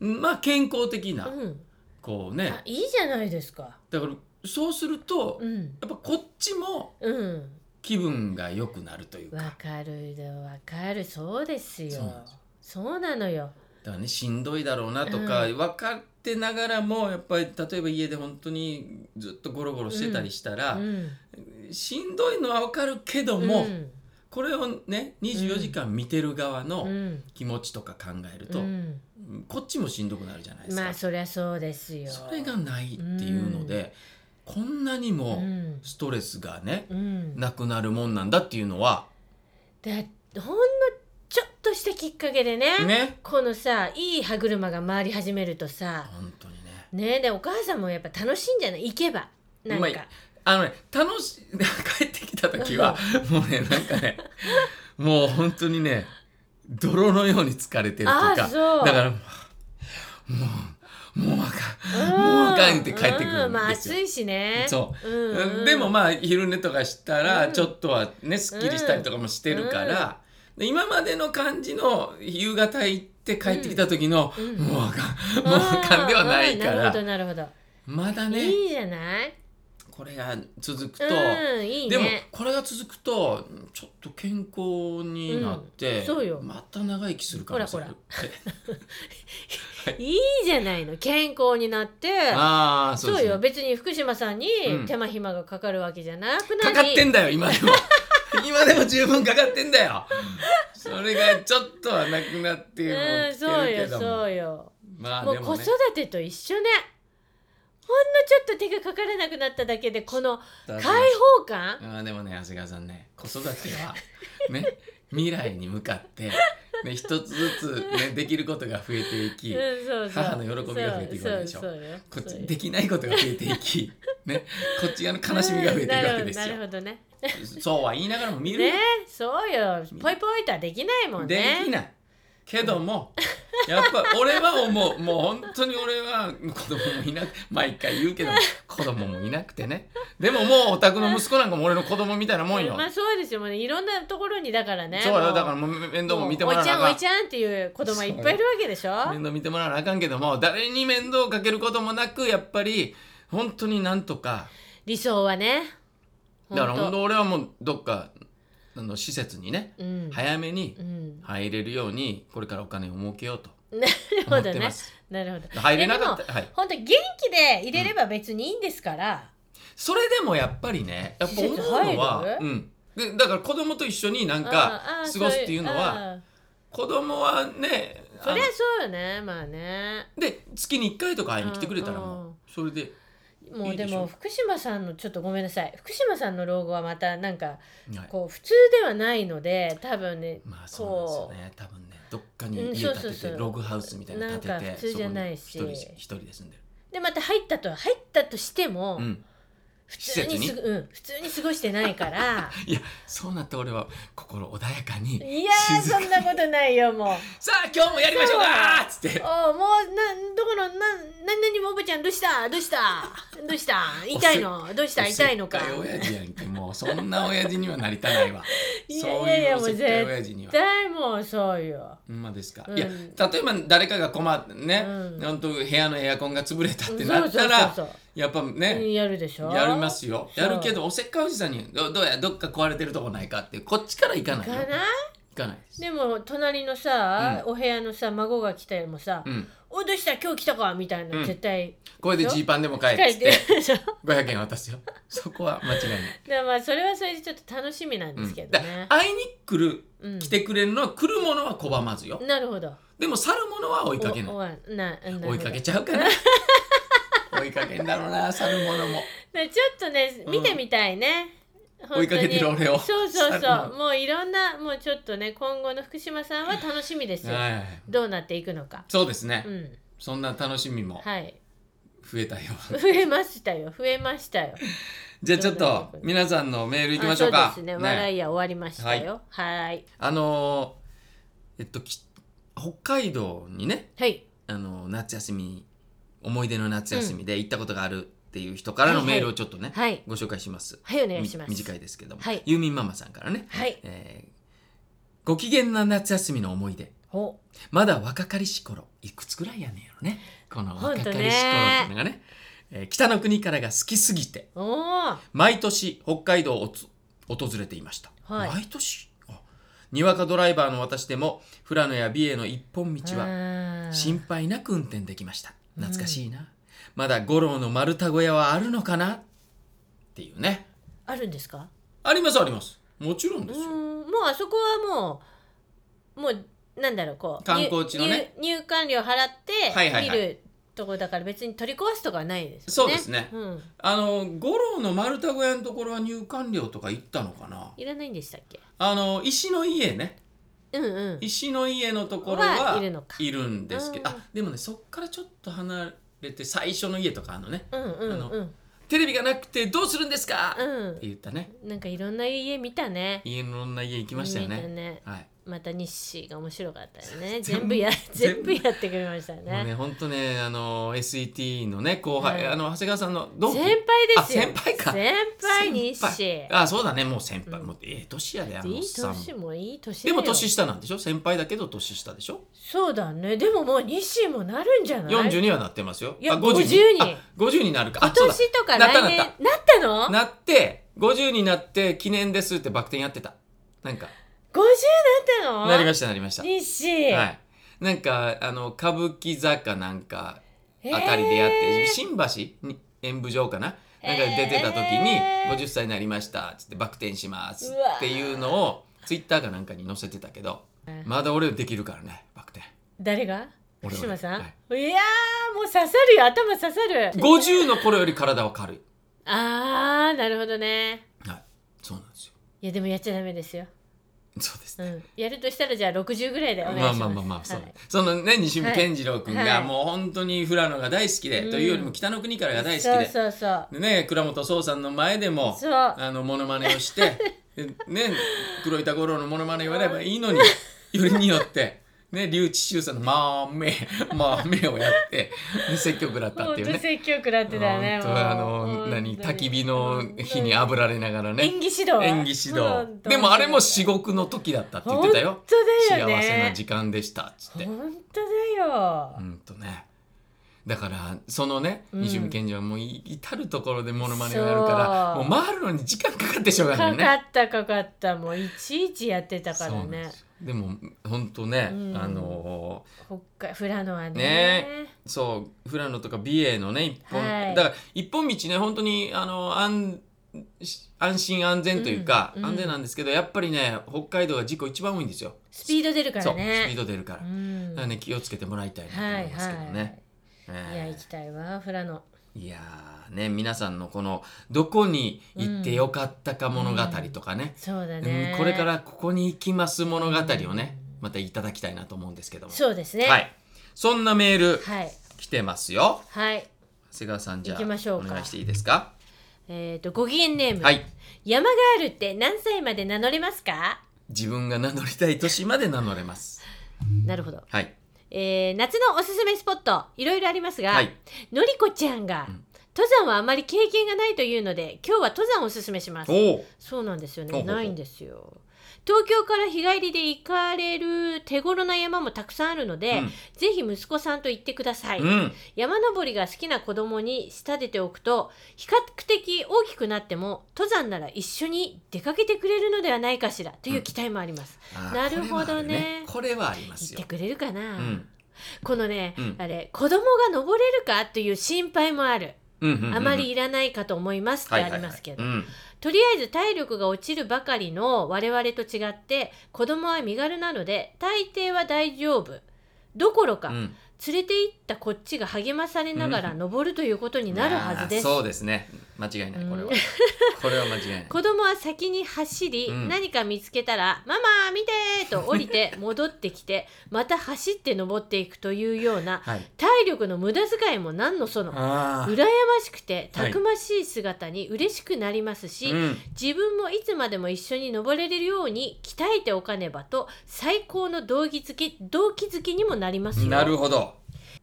B: まあ健康的な、
A: うんうん
B: こうね
A: あいいじゃないですか
B: だからそうすると、
A: うん
B: やっぱこっちも
A: うん
B: 気分が良くなるというか
A: わかるよわかるそうですよ
B: そうなんです
A: そうなのよ
B: だからねしんどいだろうなとか、
A: う
B: 分かってながらもやっぱり例えば家で本当にずっとゴロゴロしてたりしたら、
A: うん
B: しんどいのは分かるけども、
A: うん
B: これをね24時間見てる側
A: う
B: の
A: ん
B: 気持ちとか考えると、
A: うん
B: こっちもしんどくなるじゃないですか、
A: まあそりゃそうですよ
B: それがないっていうので、こんなに
A: う
B: も
A: ん
B: ストレスがね、
A: うん
B: なくなるもんなんだっていうのは
A: だほんのちょっとしたきっかけでね
B: ね
A: このさいい歯車が回り始めるとさ
B: 本当にね
A: ねでお母さんもやっぱ楽しいんじゃない行けばなん
B: ま
A: か、
B: ああのね楽しい 帰ってきた時はもうねなんかねもう本当にね泥のように疲れてると
A: あ
B: いう
A: あ
B: か
A: そう
B: だからもうもうもうあかんもうあかんって帰ってくるんですよ
A: うんまあ暑いしね、
B: そう
A: んうん、
B: でもまあ昼寝とかした
A: う
B: ら
A: ん
B: ちょっとはねすっきりしたりとかもしてるから、で今までの感じの夕方行って帰ってきた時の、
A: うん
B: もうあかんもうあかんではないか
A: あーなるほど
B: ら
A: なるほど、
B: まだね
A: いいじゃない
B: これが続くと、
A: うんいいね
B: でもこれが続くとちょっと健康になって、
A: うんそうよ
B: また長生きするから
A: ほらほいいじゃないの健康になって
B: ああそ
A: そうう
B: ですね
A: よ別に福島さんに
B: うん
A: 手間暇がかかるわけじゃなくな
B: か
A: り
B: かってんだよ今でも 今でも十分かかってんだよそれがちょっとはなくなっても
A: うん
B: きて
A: そう
B: るけ
A: よ
B: ど
A: そ
B: も
A: うよ
B: まあ
A: もう
B: で
A: 子
B: もね
A: 育てと一緒ねほんのちょっと手がかからなくなっただけでこの
B: だ
A: 開
B: から
A: 放感
B: まあでもね長谷川さんね子育てはね 未来に向かって、ね、一つずつ、 ね、できることが増えていき、
A: うんそうそう
B: 母の喜びが増えていくわけでしょ
A: そうそうそうよ
B: こっ
A: そ
B: ち
A: うよ
B: できないことが増えていき、ね、こっち側の悲しみが増えていくわけです
A: うんな
B: よ
A: るほどなる
B: そうは言いながらも見
A: ほど
B: る、
A: ねねそうよポイポイとはできないもん
B: で
A: ね
B: きないけ ども、やっぱ俺は思うもう本当に俺は子供もいなく毎回言うけど子供もいなくてねでももうお宅の息子なんかも俺の子供みたいなもんよ、
A: まあそうですよもうねいろんなところにだからね
B: そう
A: も
B: よだからもう面倒も見てもら
A: お
B: わ
A: いちゃん
B: な
A: お
B: あ
A: い
B: か
A: ちゃんっていう子供いっぱいいるわけでしょ
B: ん面倒見てもらわなあかんけども誰に面倒をかけることもなくやっぱり本当になんとか
A: 理想はね
B: だから本
A: ほんと
B: 当俺はもうどっかあの施設にね
A: うん
B: 早めに
A: うん
B: 入れるようにこれからお金を儲けようと
A: なる
B: 思
A: ほ
B: っ
A: ど
B: て
A: ね
B: ます。
A: なるほど
B: 入れなかっ
A: いやでも
B: たはい
A: 本当元気で入れれば別にいいんですから、
B: それでもやっぱりねやっぱ思うの
A: 施
B: は
A: 設、入
B: うん、でだから子供と一緒になん
A: あ
B: か
A: ああ
B: 過ごすっていうのは
A: あ
B: 子供はね
A: あそりゃ
B: あ
A: そうよねまあね
B: ので月に1回とか会いに来てくれたら
A: うんうん
B: もうそれで
A: も
B: いういで
A: で
B: しょ
A: も福島さんのちょっとごめんなさい福島さんの老後はまたなんか
B: はい
A: こう普通ではないので多分ね
B: まあそうなんですよね多分ねどっかに
A: うん
B: 家
A: そう
B: 建
A: そ
B: て
A: うそ
B: て
A: う
B: ログハウスみたいなの建
A: なん
B: て
A: か
B: て
A: 普通じゃないし
B: そこに一人一人で住んでる
A: でまた入ったと入ったとしても、
B: うん
A: 普通にす
B: 施設
A: ぐうん、普通に過ごしてないから
B: いやそうなって俺は心穏やかに
A: いやー
B: 静か
A: そんなことないよもう
B: さあ今日もやりましょうかっつって
A: おうもうなんどこのなん何々もぼちゃんどうしたどうしたどうした痛いのどうした痛いのか
B: おせっかい親父やんけもうそんな親父にはなりたない わ
A: いや
B: そう
A: いやい
B: い
A: や
B: うおせっかい親父には
A: 絶対もうそうよ
B: ほんまですか、
A: うん
B: いや例えば誰かが困ってね、
A: うん
B: 本当部屋のエアコンが潰れたってなった
A: そう
B: ら
A: そうそう
B: やっぱ
A: そう
B: ね、
A: やるでしょ
B: やりますよ
A: そう
B: やるけどおせっかいおじさんにどどうやどっか壊れてるとこないかってこっちから行かない
A: か
B: よ
A: な
B: 行かないです、
A: でも隣のさ、
B: う
A: お部屋のさ孫が来たよもさ「
B: うん、
A: おどうした今日来たか」みたいな、
B: うん
A: 絶対
B: これでジーパンでも買
A: 書
B: えっつ
A: い
B: ってて
A: るでしょだか
B: 500円渡すよ そこは間違いない、
A: らまあそれはそれでちょっと楽しみなん
B: う
A: です
B: ん、
A: けど
B: だか
A: ね
B: ら、会いに来る
A: うん
B: 来てくれるのは来るものは拒まずよ
A: なるほど
B: でも去るものは追いかけない
A: おおななるほど
B: 追いかけちゃうか な追いかけんだろうな去るものも
A: ねちょっとね
B: うん
A: 見てみたいね、本当
B: 追
A: に
B: いかけてる俺を
A: そうそう
B: 去る
A: そ
B: も
A: うもういろんなもうちょっとね今後の福島さんは楽しみです
B: の
A: よ
B: はい
A: どうなっていくのか
B: そうですね、
A: うん
B: そんな楽しみも
A: はい
B: 増えたよ、
A: 増えましたよ増えましたよ
B: じゃあちょっ
A: そう
B: と
A: ですね
B: 皆さんのメールいきましょう
A: あ
B: か
A: そうですね
B: ね
A: 笑いや終わりましたよはい
B: あのーえっとき北海道にね
A: はい
B: あのー夏休み思い出の夏休みで行ったことがあるっていう人からのメールをちょっとね、
A: はい
B: ご紹介します
A: はいお願いします
B: み短いですけども、
A: はい
B: ユーミンママさんからね、
A: はい
B: えーご機嫌な夏休みの思い出
A: お
B: まだ若かりし頃いくつぐらいやねんやろねこの若かりし頃っていうのがねえー北の国からが好きすぎて
A: おー
B: 毎年北海道をつ訪れていました、
A: はい
B: 毎年あにわかドライバーの私でも富良野や美瑛の一本道は
A: は
B: 心配なく運転できました懐かしいな、まだ五郎の丸太小屋はあるのかなっていうね
A: あるんですか
B: ありますありますもちろん
A: う
B: ですよ、
A: んもうあそこはもうもうなんだろうこう
B: 観光地のね
A: 入入入館料払って、
B: はいはいは
A: 見
B: い
A: るとこだから別に取り壊すとかはないです
B: そ
A: よ
B: う
A: ね
B: ですね
A: うん、
B: あの五郎の丸太小屋のところは入館料とか行ったのかない
A: らないんでしたっけ
B: あの石の家ね
A: うんうん
B: 石の家のところは
A: はいるのか
B: いるんですけど
A: うん
B: あでもねそっからちょっと離れて最初の家とかあのね
A: うんう
B: あ
A: ん
B: の
A: うん
B: テレビがなくてどうするんですか、って
A: う
B: 言ったね
A: んなんかいろんな家見たね
B: 家のいろんな家行きましたよ
A: 見
B: ねはい
A: また日誌が面白かったよね
B: 全
A: 全
B: 部
A: 部や全
B: 全部
A: 部やってくれました
B: もうね
A: ね
B: 本当ねあの SET のね後輩、
A: はい
B: あの長谷川さんの同期
A: 先輩ですよ
B: あ先輩か
A: 先輩日誌
B: 先輩あそうだねもう先輩、
A: うん
B: もうええ年やであの
A: い
B: おっ
A: い
B: さんも
A: 年もいい年だ
B: で
A: よ
B: も年下なんでしょ先輩だけど年下でしょ
A: そうだねでももう日誌もなるんじゃない
B: 40にはなってますよ
A: いや
B: あ50
A: 50に
B: あ50になるか
A: 今
B: あそうだ
A: 年とか
B: なった
A: 来
B: なっ
A: 年
B: た
A: なったの
B: なって50になって記念ですってバク転やってたなんか
A: ?50 なったの
B: なりましたなりました
A: 日誌、
B: はいなんかあの歌舞伎座かなんか
A: えー
B: あたりでやって、新橋に演舞場かななんか出てた時に
A: え
B: 「
A: ー
B: 50歳になりました」っつってバク転します
A: うわー
B: っていうのをツイッターかなんかに載せてたけどまだ俺できるからねバク転
A: 誰が
B: 俺
A: 福島さん、、
B: はい
A: やーもう刺さるよ頭刺さる
B: 50の頃より体は軽い
A: あーなるほどね
B: はいそうなんですよ
A: いやでもやっちゃダメですよ、
B: そうです
A: う
B: ね、
A: ん、やるとしたらじゃあ60ぐらいでお願いしま
B: まあ
A: す
B: まあまあまあ、そう
A: はい
B: そのね西村健次郎君
A: は
B: が
A: い
B: もう本当に富良野が大好きで、
A: うん
B: というよりも北の国からが大好き
A: そう
B: で
A: そうそう
B: でね倉本壮さんの前でも
A: そう
B: あのモノマネをして でね黒板五郎のモノマネをやればいいのによりによって。ね、リュウチシュウさんの「まーめまーめ」をやって、ね、説教食らったっ
A: 本
B: ていう
A: 当
B: ね
A: 説教食らってたね
B: 本
A: もう
B: 当あの
A: 本当に
B: 何焚き火の火に
A: 本
B: 炙られながら
A: 当に演
B: ね
A: 技指導
B: 演技指導でもあれも至極の時だったって言ってたよ
A: 本当だよね
B: 幸せな時間でしたっつって
A: 本当だよ、
B: うんとねだからそのね
A: うん
B: 西見健二はもうい至る所でモノマネをやるから
A: そう
B: もう回るのに時間かかってしょうがない
A: か
B: よ
A: か
B: ね。
A: ったかかったもういちいちやってたから
B: そうなんで
A: ね
B: すよでも本当ね、
A: うん
B: あの
A: 北海富良野はね
B: ねーそう富良野とか美瑛のね一本、
A: はい
B: だから一本道ね本当にあの安安心安全というか、
A: うんうん
B: 安全なんですけどやっぱりね北海道は事故一番多いんですよ。
A: スピード出るか
B: そ
A: ら
B: うスピー
A: ね
B: ド出るから、
A: うん
B: だからね気をつけてもらいたいなと
A: は
B: 思
A: い
B: いますけどね。
A: はいいや
B: え
A: 行きたいわ富良野
B: いやーね皆さんのこのどこに行ってよかったか物語とかね、
A: そうだ
B: うん
A: ね、
B: これからここに行きます物語をねまたいただきたいなと思うんですけども、
A: そうですね
B: はいそんなメール
A: はい
B: 来てますよ
A: はい
B: 長谷川さんじゃあ
A: 行きましょうか
B: お願いしていいですか
A: えっ、とご機嫌ネーム、
B: はい
A: 山ガールって何歳まで名乗れますか
B: 自分が名乗りたい年まで名乗れます
A: なるほど、
B: はい
A: えー、夏のおすすめスポットいろいろありますが、
B: はい
A: のりこちゃんが、
B: うん
A: 登山はあまり経験がないというので今日は登山をおすすめします
B: おお
A: そうなんですよ
B: ほう
A: ね。
B: ほうほう
A: ないんですよ。東京から日帰りで行かれる手頃な山もたくさんあるので、
B: うん
A: ぜひ息子さんと行ってください、
B: うん
A: 山登りが好きな子供に仕立てておくと比較的大きくなっても登山なら一緒に出かけてくれるのではないかしらという期待もあります、
B: あー
A: なるほどね
B: これはあります
A: 行っ
B: よ
A: てくれるかな、
B: うん
A: このね、
B: うん
A: あれ子供が登れるかという心配もある、
B: うんうんうん
A: あまりいらないかと思いますって
B: はい
A: あ
B: はいはい
A: りますけど、
B: うん
A: とりあえず体力が落ちるばかりの我々と違って子供は身軽なので大抵は大丈夫どころか、
B: うん
A: 連れて行ったこっちが励まされながら登るということになるはずです、
B: あーそうですね間違いないこ
A: う
B: れは、
A: ん
B: これは間違いない
A: 子供は先に走り、
B: うん
A: 何か見つけたら「ママ見て!」と降り て戻ってきてまた走って登っていくというような
B: はい
A: 体力の無駄遣いも何のその
B: あ
A: 羨ましくてたくましい姿に嬉しくなりますし、
B: ーうん
A: 自分もいつまでも一緒に登れるように鍛えておかねばと最高の動機づき動機づきにもなりますよ
B: なるほど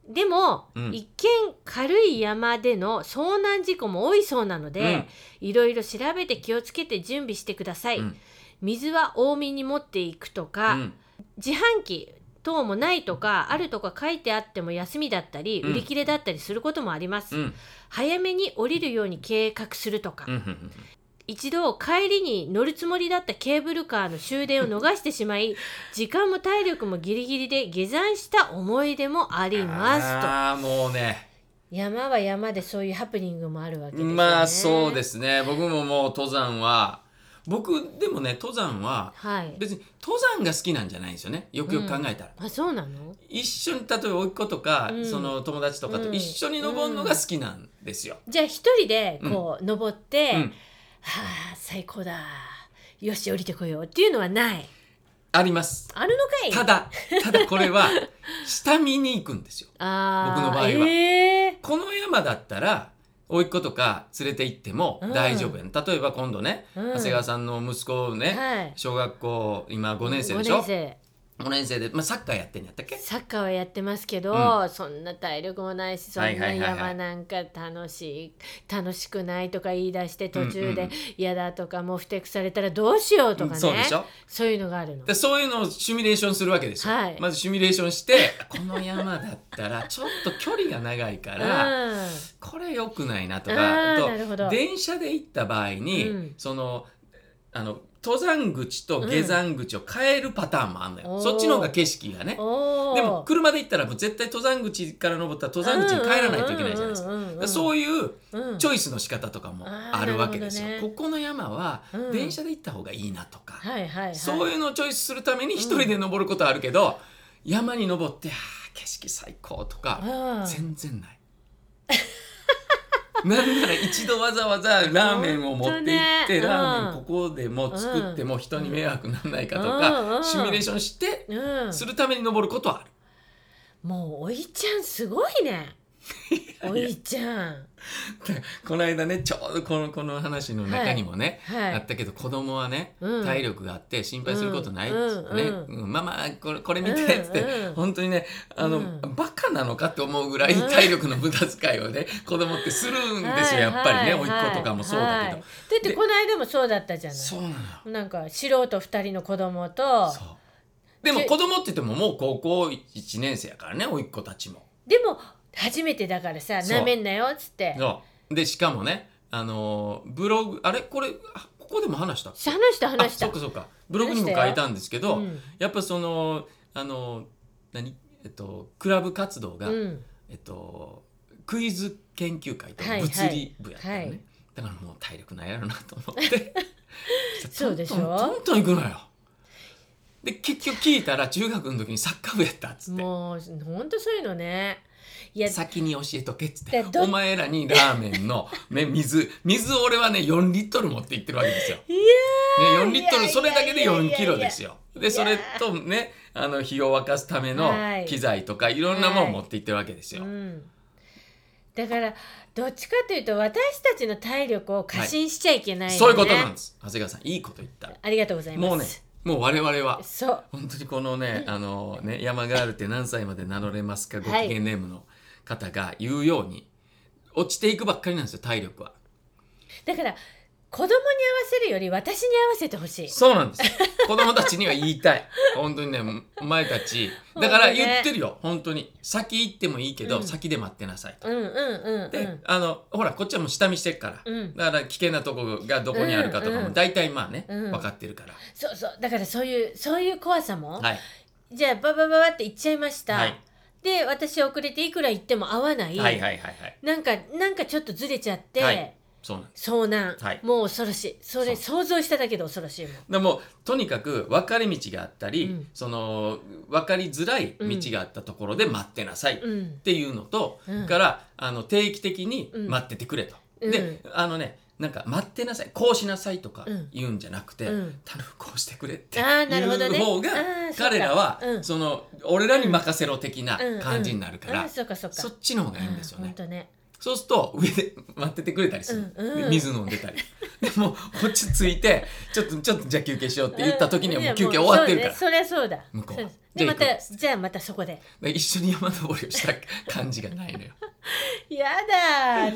A: でも、
B: うん
A: 一見軽い山での遭難事故も多いそうなので、いろいろ調べて気をつけて準備してください、
B: うん
A: 水は多めに持っていくと
B: う
A: か、
B: ん
A: 自販機等もないとかあるとか書いてあっても休みだったり、
B: うん
A: 売り切れだったりすることもあります、
B: うん
A: 早めに降りるように計画するとか、
B: うんうんうん
A: 一度帰りに乗るつもりだったケーブルカーの終電を逃してしま い時間も体力もギリギリで下山した思い出もありますと
B: ああもうね
A: 山は山でそういうハプニングもあるわけですよね
B: まあそうですすね僕ももう登山は僕でもね登山は
A: はい
B: 別に登山が好きなんじゃないんですよねよくよく考えたら、
A: あそうなの
B: 一緒に例えば甥っ子とか、
A: うん
B: その友達とかと一緒に登るのが好きなんですよ、
A: じゃあ一人でこう登って、
B: うん
A: はあ最高だよし降りてこようっていうのはない
B: あります
A: あるのか
B: た
A: い
B: だただこれは下見に行くんですよ
A: あー
B: 僕の場合は
A: え
B: この山だったら甥っ子とか連れて行っても大丈夫やん、例えば今度ね、
A: うん
B: 長谷川さんの息子をね、
A: ーはい
B: 小学校今5年生でし
A: 五
B: ょ
A: 年生
B: 5年生で、まあ、サッカーやってんやったっけ
A: サッカーはやってますけど、そんな体力もないしそんな
B: はいはいはいはい
A: 山なんか楽しい楽しくないとか言い出して途中
B: うん
A: で
B: うん
A: 嫌だとかもうふてくされたらどうしようとかね、
B: うんそうでしょ
A: そういうのがあるの。
B: でそういうのをシミュレーションするわけですよ、
A: はい
B: まずシミュレーションして この山だったらちょっと距離が長いから、
A: う
B: これ良くないなと
A: あ
B: か
A: ー
B: と
A: なるほど
B: 電車で行った場合に、
A: うん
B: そのあの登山口と下山口を変えるパターンもあるのよ、
A: おー
B: そっちの方が景色がね
A: ん、おー
B: でも車で行ったらもう絶対登山口から登ったら登山口に帰らないといけないじゃないですか。
A: うんうんうんうん
B: だからそういう
A: うん
B: チョイスの仕方とかもあるわけですよ。
A: あーなるほど
B: こ
A: ね
B: この山は
A: うん
B: 電車で行った方がいいなとか、
A: はいはいはい、
B: そういううのをチョイスするために一人で登ることはあるけど、山に登ってあー景色最高とか、
A: ん
B: 全然ない。 なんなら一度わざわざラーメンを持って行っ
A: 本当ね
B: て、ラーメ
A: う
B: ン
A: ん
B: ここでも作っても人に迷惑にならないかと
A: うんう
B: か、
A: ん
B: シミュレーションして
A: うん、
B: するために登ることはある。
A: もうおいちゃんすごいねおいちゃん
B: この間ねちょうどこのこの話の中にもね、
A: は
B: あっ
A: い
B: たけど子供はね、
A: うん
B: 体力があって心配することないっつってね、
A: うん
B: うんママこれこれ見てっつって、
A: うんうん
B: 本当にねあの、
A: うん
B: バカなのかって思うぐらい
A: うん
B: 体力の無駄遣いをね子供ってするんですよやっぱりね、
A: はいはい
B: 甥っ子とかもそうだ
A: はい
B: けど、
A: だってこの間もそうだったじゃない
B: そうなのよ
A: なんか素人2人の子供と
B: そうでも子供って言ってももう高校1年生やからね甥っ子たちも。
A: でも初めてだからさ
B: そう
A: なめんなよっつって
B: そうでしかもねあのブログあれこれあここでも話したっけ
A: 話した話した
B: あそうかそうかブログにも書いたんですけど、
A: うん
B: やっぱそのあの何えっとクラブ活動が、
A: うん
B: えっとクイズ研究会と
A: はいはい
B: 物理部やったのね、
A: はい
B: だからもう体力ないやろなと思って
A: そうでしょ
B: トントントントン行くのよで結局聞いたら中学の時にサッカー部やったっつって
A: もうほんとそういうのねいや
B: 先に教えとけっつっ
A: だ
B: て
A: からど
B: お前らにラーメンの、ね、水水を俺はね4リットル持って行ってるわけですよ。
A: いや
B: ね、4
A: いや
B: リット
A: いやいやい
B: ル
A: や
B: それだけで4キロですよ。でそれとねあの火を沸かすための
A: はい
B: 機材とかいろんなもん持って行ってるわけですよ。
A: うん、だからどっちかというと私たちの体力を過信しちゃいけないのね、
B: そういうことなんです長谷川さんいいこと言った。
A: ありがとうございます
B: もうねもう我々は
A: そう
B: 本当にこのね、あのね、山ガールって何歳まで名乗れますか、ご機
A: はい
B: 嫌ネームの方が言うように、落ちていくばっかりなんですよ、体力は。
A: だから子供に合わせるより私に合わせてほしい
B: そうなんです。子供たちには言いたい。本当にね、お前たち。だから言ってるよ、本当に。先行ってもいいけど、
A: うん
B: 先で待ってなさいと。
A: うんうんうんう
B: で、
A: ん
B: あの、ほら、こっちはもう下見してるから。
A: うん
B: だから危険なとこがどこにあるかとか
A: うんう
B: も
A: ん
B: 大体まあね、
A: うん
B: 分かってるから、
A: そうそうだからそういうそういう怖さも、
B: はい
A: じゃあババババって行っちゃいました、
B: はい
A: で私遅れていくら行っても合わない、
B: はいはいはいはい
A: なんかなんかちょっとずれちゃって、
B: はいそうなんです
A: 遭難、
B: はい
A: もう恐ろしいそれ
B: そ
A: 想像しただけで恐ろしいもん
B: でもとにかく分かれ道があったり、
A: うん
B: その分かりづらい道があったところで待ってなさいっ
A: うん
B: ていうのと、
A: うん
B: からあの定期的に
A: うん
B: 待っててくれと。
A: うん
B: であのねなんか待ってなさいこうしなさいとか
A: うん
B: 言うんじゃなくて、
A: うん
B: 頼むこうしてくれってい
A: あーなるほどね
B: う方が
A: あーそうか
B: 彼らは
A: うん
B: その俺らに任せろ的な感じになるから、
A: うんうんそうかそうか
B: そっちの方がいいんですよ
A: あーほ
B: ね
A: ん。とね
B: そうすると上で待っててくれたりする、
A: うんうん
B: で水飲んでたりでもう落ち着いてちょっとちょっとじゃあ休憩しようって言った時にはもう休憩終わってるから、
A: うんそうねそりゃそうだ
B: 向こうは
A: そうですで
B: じゃあ
A: ま
B: 行く
A: たじゃあまたそこで
B: で一緒に山登りをした感じがない のよ
A: や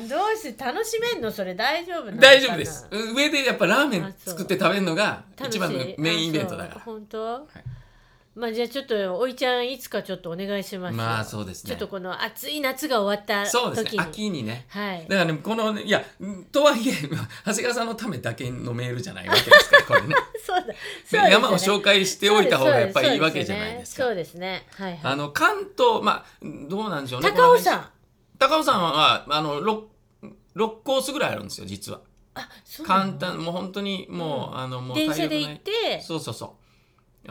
A: だーどうし楽しめんのそれ大丈夫なのかな
B: 大丈夫です上でやっぱラーメン作って食べるのが
A: 楽しい
B: 一番のメインイベントだ
A: あそう
B: か
A: 本当、まあじゃあちょっとおいちゃんいつかちょっとお願いしま
B: ら
A: す
B: まあ
A: う
B: そうです
A: ちょ
B: ね
A: っとこの暑い夏が終わった
B: そうです
A: 時
B: ね
A: に、
B: 秋にね
A: はい
B: だからねこのねいやとはいえ長谷川さんのためだけのメールじゃないわけですからこれね
A: そうだ そうですよね
B: 山を紹介しておいた方がやっぱりいいわけじゃないですか
A: そうですねそうですねはいはい
B: あの関東まあどうなんでしょうね
A: 高尾
B: ん
A: 山
B: 高尾山はあの 6, 6コースぐらいあるんですよ実は
A: あそうな
B: 簡
A: の
B: 単もう本当にもう、あのもう
A: 電車
B: 体
A: で
B: 力な
A: 行っ
B: い
A: て
B: そうそうそう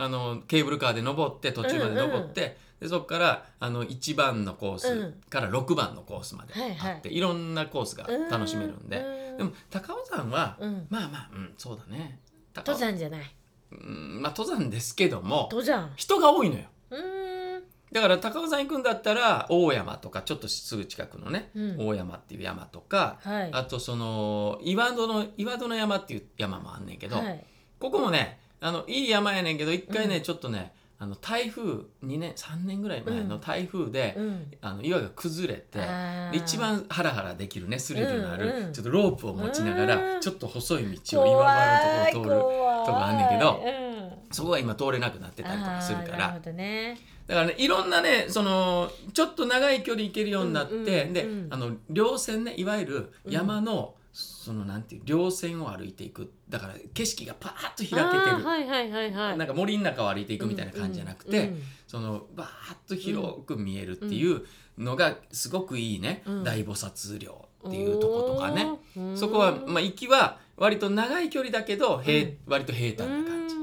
B: あのケーブルカーで登って途中まで登って、でそこからあの1番のコー
A: う
B: ス
A: ん
B: から6番のコースまであって、
A: はい
B: い
A: はい
B: ろんなコースが
A: う
B: 楽しめるんで、
A: う
B: でも高尾山は、
A: うん
B: まあまあ、うん、そうだね高尾
A: 登山じゃない
B: うんまあ、登山ですけども
A: 登山
B: 人が多いのよ
A: うーん
B: だから高尾山行くんだったら大山とかちょっとすぐ近くのね、
A: うん
B: 大山っていう山とか、
A: はい
B: あとその岩戸の岩戸の山っていう山もあんねんけど、
A: はい
B: ここもねあのいい山やねんけど一回ね、
A: う
B: ちょっとねあの台風2年3年ぐらい前の台風で、
A: うん
B: あの岩が崩れて、
A: あー
B: で一番ハラハラできるねスリルのある、
A: うんうん
B: ちょっとロープを持ちながら、
A: うん
B: ちょっと細い道を岩場のところを通る
A: 怖い
B: とこあんねんけど
A: 怖いうん
B: そこは今通れなくなってたりとかするか
A: あーな
B: ら
A: るほどね
B: だからねいろんなねそのちょっと長い距離行けるようになって、
A: うんうんうん
B: であの稜線ねいわゆる山の、そのなんていう稜線を歩いていくだから景色がパーッと開け
A: あ
B: て
A: ー
B: る、
A: はいはいはいはい
B: なんか森の中を歩いていくみたいな感じじゃなくて、
A: うんうん
B: そのバーッと広く見えるっていうのがすごくいいね、
A: うん
B: 大菩薩陵っていうとことかね、
A: おー
B: そこは、
A: うん
B: まあ、行きは割と長い距離だけど、平
A: うん
B: 割と平坦な感じ。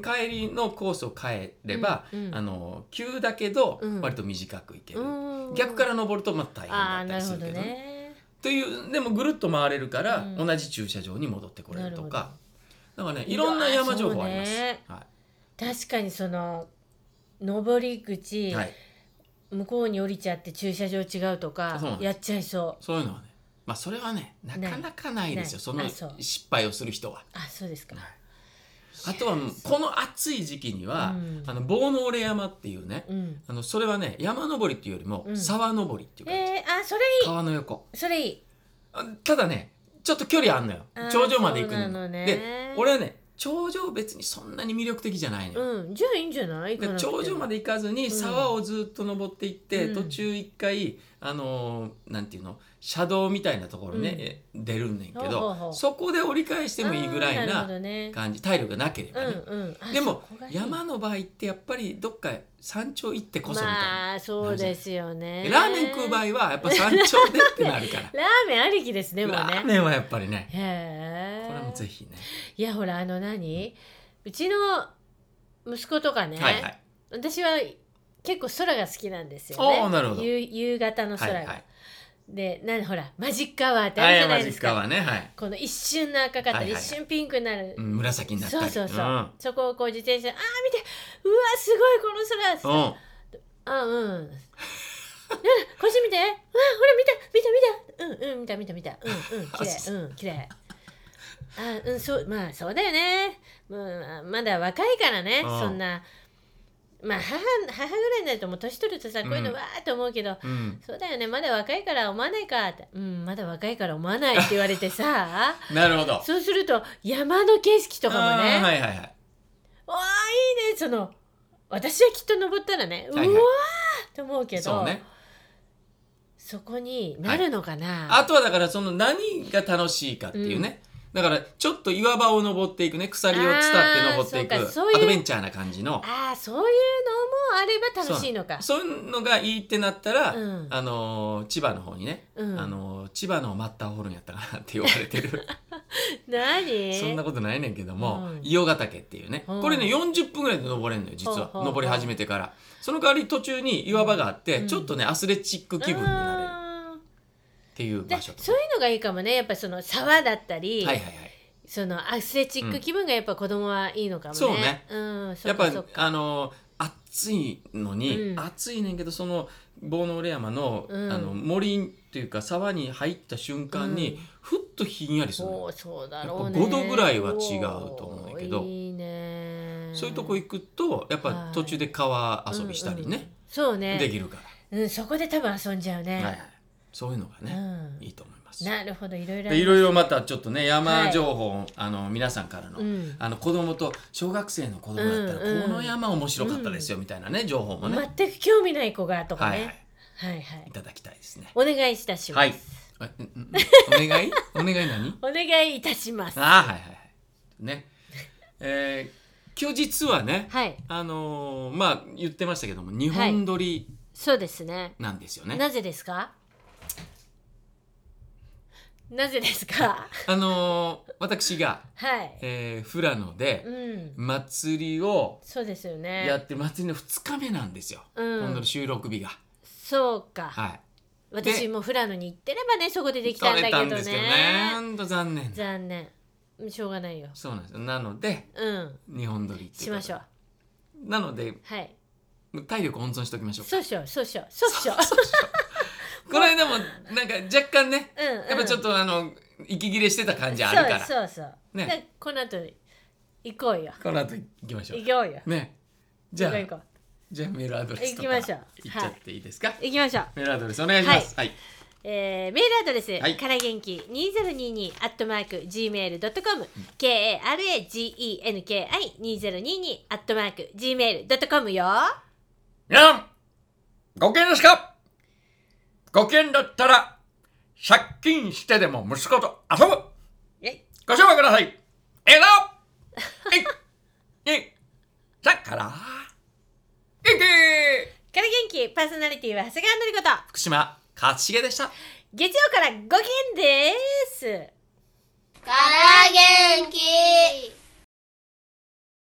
B: 帰りのコースを変えれば、
A: うんうん
B: あの急だけど
A: うん
B: 割と短く行ける、
A: うん
B: 逆から登るとまた大変
A: ああ
B: だっ
A: な
B: た
A: る
B: りす
A: ほ
B: る
A: ど
B: けど,、
A: ね
B: というでもぐるっと回れるから、
A: うん
B: 同じ駐車場に戻ってこれると
A: なる
B: かだからねいろんな山情報あります、
A: うわーそうね
B: は
A: 確かにその上り
B: い
A: 口、
B: はい、
A: 向こうに降りちゃって駐車場違うとか
B: そうなんです
A: やっちゃいそう
B: そういうのはねまあそれはねなかなかないですよそ
A: な
B: の
A: いあそう
B: 失敗をする人は。
A: あそうですか、
B: あとはこの暑い時期には、
A: うん
B: あの棒の折れ山っていうね、
A: うん
B: あのそれはね山登りっていうよりも
A: うん
B: 沢登りっていう
A: え
B: 感じ、
A: ー、あそれい
B: 川の横。
A: いそれいい
B: あただねちょっと距離あんのよ
A: あー
B: 頂上まで行く
A: そう
B: の
A: なのね
B: で俺はね頂上別にそんなに魅力的じゃないのよ、
A: うんじゃあいいんじゃない
B: で頂上ま
A: で
B: で行かずに沢をずっと登っていって、
A: うん
B: 途中一回あのーなんていうの車道みたいなところ
A: うん
B: ね、え出るんねんけ
A: ほうほうほ
B: ど
A: う
B: そこで折り返してもいいぐらい
A: なるほ
B: な
A: どね
B: 感じ体力がなけれ
A: う
B: ば
A: ん
B: ね、
A: うんあ
B: でも
A: そこがいい
B: 山の場合ってやっぱりどっか山頂行ってこそみたいな、
A: まあそうですよね
B: でラーメン食う場合はやっぱ山頂でってなるから
A: ラーメンありき ですねもう
B: ラー
A: ね
B: メンはやっぱりね
A: へえ
B: これもぜひね
A: いやほらあの何うちの息子とかね、
B: はいはい
A: 私は結構空が好きなんですよ
B: おー
A: ね
B: なるほど
A: 夕夕方の空が、
B: はいはい
A: でなんほらマジックアワーってあ
B: は
A: るじ
B: い
A: ゃな
B: マ
A: い
B: ジ
A: で
B: ッ
A: す
B: ク
A: か、
B: アワーねはい、
A: この一瞬の赤かったり、
B: はいはい
A: 一瞬ピンクになる、
B: うん、紫になった
A: そう
B: り
A: そうそう、
B: うん
A: そこをこう自転車であー見てうわすごいこの空
B: うん
A: あうんねえこっち見てうわほら見た見た見たうんうん見た見た見たうんうん綺
B: あそ
A: 麗うん綺麗あうんそうまあそうだよね、まあ、まだ若いからね
B: うん
A: そんなまあ母母ぐらいになるともう年取るとさこういう
B: う
A: の
B: ん
A: わーっと思うけど、
B: うん、
A: そうだよねまだ若いから思わないかってうんまだ若いから思わないって言われてさ
B: なるほど
A: そうすると山の景色とかもね
B: あーはいはいはい
A: わあいいねその私はきっと登ったらね、
B: はいはいう
A: わーと思うけど
B: そうね
A: そこになるのかな、
B: あとはだからその何が楽しいかっていうね、だからちょっと岩場を登っていくね鎖を伝って登っていく
A: あーそうかそういう
B: アドベンチャーな感じの
A: ああそういうのもあれば楽しいのか
B: そういうのがいいってなったら、
A: うん
B: あのー千葉の方にね、
A: うん
B: あのー千葉のマッターホルンやったかなって言われてる
A: 何
B: そんなことないねんけども、
A: うん
B: 伊予ヶ岳っていうね、
A: うん
B: これね40分ぐらいで登れるのよ実は、
A: ほうほうほう
B: 登り始めてからその代わり途中に岩場があって、
A: うん
B: ちょっとねアスレチック気分になれる
A: あ
B: っていう
A: ーで
B: 場所とか
A: そういうのがいいかもねやっぱその沢だったり、
B: はいはいはい
A: そのアスレチック気分がやっぱ子供はいいのかもね、
B: そうね
A: うんそ
B: やっ
A: か
B: ぱ
A: そか
B: あの暑いのに、
A: うん
B: 暑いねんけどその棒の折山の,、
A: うん
B: あの森っていうか沢に入った瞬間に、
A: うん
B: ふっとひんやりするのよ、
A: そうそうだろうね
B: やっぱ5度ぐらいは違うと思うんだけど
A: おーいいね
B: そういうとこ行くとやっぱ途中で川遊びした
A: う
B: り
A: んうん
B: ね、
A: そうね
B: できるか
A: うん、そこで多分遊んじゃう
B: ら、
A: ね、
B: はいはい、そういうのが
A: う
B: ね、
A: ん、
B: いいと思います。
A: なるほどいろいろあ
B: で
A: り
B: いろいろまたちょっとね
A: は
B: 山
A: い
B: 情報、あの皆さんからの,、
A: うん
B: あの子供と小学生の子供だったら、
A: うんうん
B: この山面白かったですよみたいなね情報もね、
A: 全く興味ない子がとか
B: はい
A: ね、
B: はい、
A: はいはい
B: いただきたいですね。
A: お願いいたします、
B: はい。あんんんお願い お願い何
A: お願いいたします
B: ああはいはいはい。ね。えー、今日実はね、
A: はい
B: あのーまあ言ってましたけども日本撮り
A: そうですね
B: なんですよね。
A: なぜですかなぜですか
B: あのー私が、
A: はい
B: えー、富良野で
A: うん
B: 祭りを
A: そうですよね
B: やって、祭りの2日目なんですよ。
A: うん
B: 今度の収録日が。
A: そうか、
B: はい。
A: 私も富良野に行ってればねそこでできたんだけど
B: 撮れ
A: ね
B: んですけどね。なんと残念。
A: 残念しょうがないよ
B: そうなんですよ。なので
A: うん
B: 日本撮りっていうこと
A: しましょう
B: なので
A: はい
B: 体力温存しておきましょうか。
A: そうしようそうしようそうしよう
B: この間もなんか若干ね
A: うんうん
B: やっぱちょっとあの息切れしてた感じあるから
A: そうそうそう、
B: ね
A: でこの後行こうよ
B: この後行きましょ
A: 行こうよ
B: うねじゃあ
A: 行こう行こ
B: じゃあメールアドレスとか
A: 行きましょう
B: 行っちゃっていいですか、
A: う行きましょう
B: メールアドレスお願いしますはい、
A: えーメールアドレス、
B: はい
A: から元気2022アットマーク gmail.com k-a-r-a-g-e-n-k-i2022 アットマーク gmail.com よ
B: 皆さんご機嫌ですかご機嫌だったら借金してでも息子と遊ぶ
A: イェイ
B: ご賞味ください笑顔いいだから元気
A: から元気パーソナリティは長谷川のりこと
B: 福島勝重でした
A: 月曜からごきげんです